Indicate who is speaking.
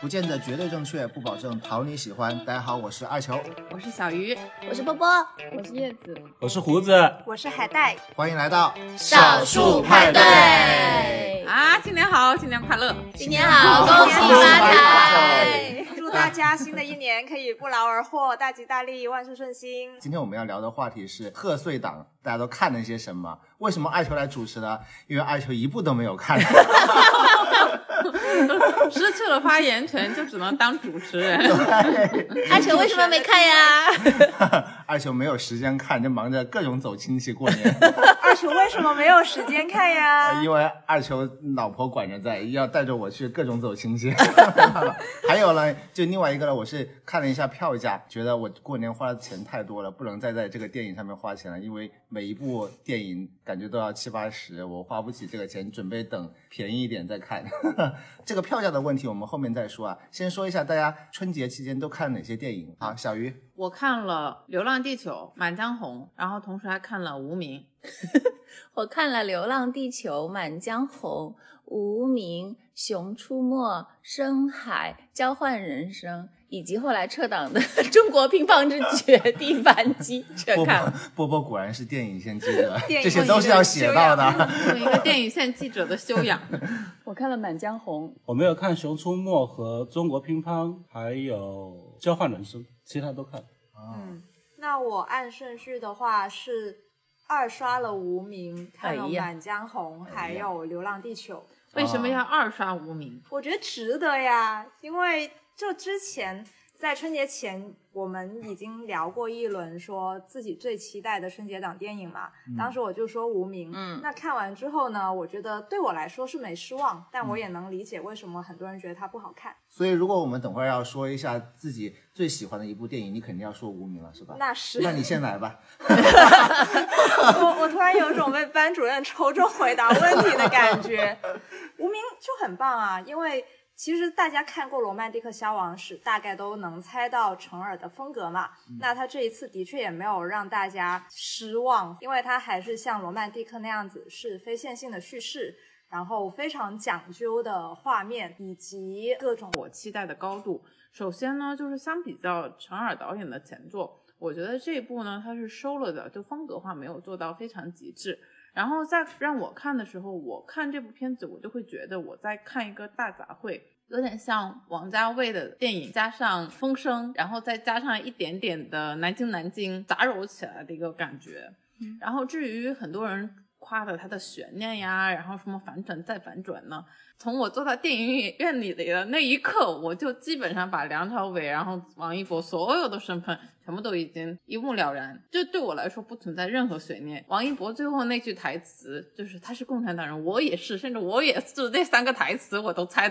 Speaker 1: 不见得绝对正确，不保证讨你喜欢。大家好，我是二球，
Speaker 2: 我是小鱼，
Speaker 3: 我是波波，
Speaker 2: 我是叶子，
Speaker 4: 我是胡子，
Speaker 5: 我是海带，
Speaker 1: 欢迎来到
Speaker 6: 少数派对
Speaker 2: 啊！新年好，新年快乐，
Speaker 3: 新年好，恭喜发财！
Speaker 5: 祝大家新的一年可以不劳而获，大吉大利，万事顺心。
Speaker 1: 今天我们要聊的话题是贺岁档大家都看了些什么？为什么二球来主持呢？因为二球一部都没有看。
Speaker 2: 失去了发言权，就只能当主持人。
Speaker 3: 二球为什么没看呀？
Speaker 1: 二球没有时间看，就忙着各种走亲戚过年。
Speaker 5: 二球为什么没有时间看哎呀？
Speaker 1: 因为二球老婆管着在，要带着我去各种走亲戚。还有呢，就另外一个呢，我是看了一下票价，觉得我过年花的钱太多了，不能再在这个电影上面花钱了，因为每一部电影感觉都要七八十，我花不起这个钱，准备等便宜一点再看。 这个票价的问题，我们后面再说啊。先说一下大家春节期间都看哪些电影好，小鱼，
Speaker 2: 我看了《流浪地球》《满江红》，然后同时还看了《无名》。
Speaker 3: 我看了《流浪地球》《满江红》《无名》《熊出没》《深海》《交换人生》，以及后来撤档的 《中国乒乓之绝地反击》全看了。
Speaker 1: 波波果然是电影线记者，这些都是要写到
Speaker 2: 的，做一个电影线记者的修养。
Speaker 7: 我看了《满江红》，
Speaker 4: 我没有看《熊出没》和《中国乒乓》，还有《交换人生》，其他都看了。
Speaker 5: 嗯，那我按顺序的话是。二刷了《无名》，看了《满江红》哎，还有《流浪地球》。
Speaker 2: 为什么要二刷《无名》？
Speaker 5: 我觉得值得呀，因为就之前在春节前，我们已经聊过一轮，说自己最期待的春节档电影嘛。嗯、当时我就说《无名》，嗯，那看完之后呢，我觉得对我来说是没失望，但我也能理解为什么很多人觉得它不好看。
Speaker 1: 所以，如果我们等会儿要说一下自己最喜欢的一部电影，你肯定要说《无名》了，是吧？
Speaker 5: 那是。
Speaker 1: 那你先来吧。
Speaker 5: 我我突然有种被班主任抽中回答问题的感觉。无名就很棒啊，因为其实大家看过《罗曼蒂克消亡史》，大概都能猜到成尔的风格嘛。嗯、那他这一次的确也没有让大家失望，因为他还是像《罗曼蒂克》那样子，是非线性的叙事。然后非常讲究的画面以及各种
Speaker 2: 我期待的高度。首先呢，就是相比较陈尔导演的前作，我觉得这一部呢它是收了的，就风格化没有做到非常极致。然后在让我看的时候，我看这部片子，我就会觉得我在看一个大杂烩，有点像王家卫的电影，加上风声，然后再加上一点点的南京南京杂糅起来的一个感觉。嗯、然后至于很多人。夸的它的悬念呀，然后什么反转再反转呢？从我坐到电影院里的那一刻，我就基本上把梁朝伟、然后王一博所有的身份全部都已经一目了然，这对我来说不存在任何悬念。王一博最后那句台词就是“他是共产党人，我也是，甚至我也是”，那三个台词我都猜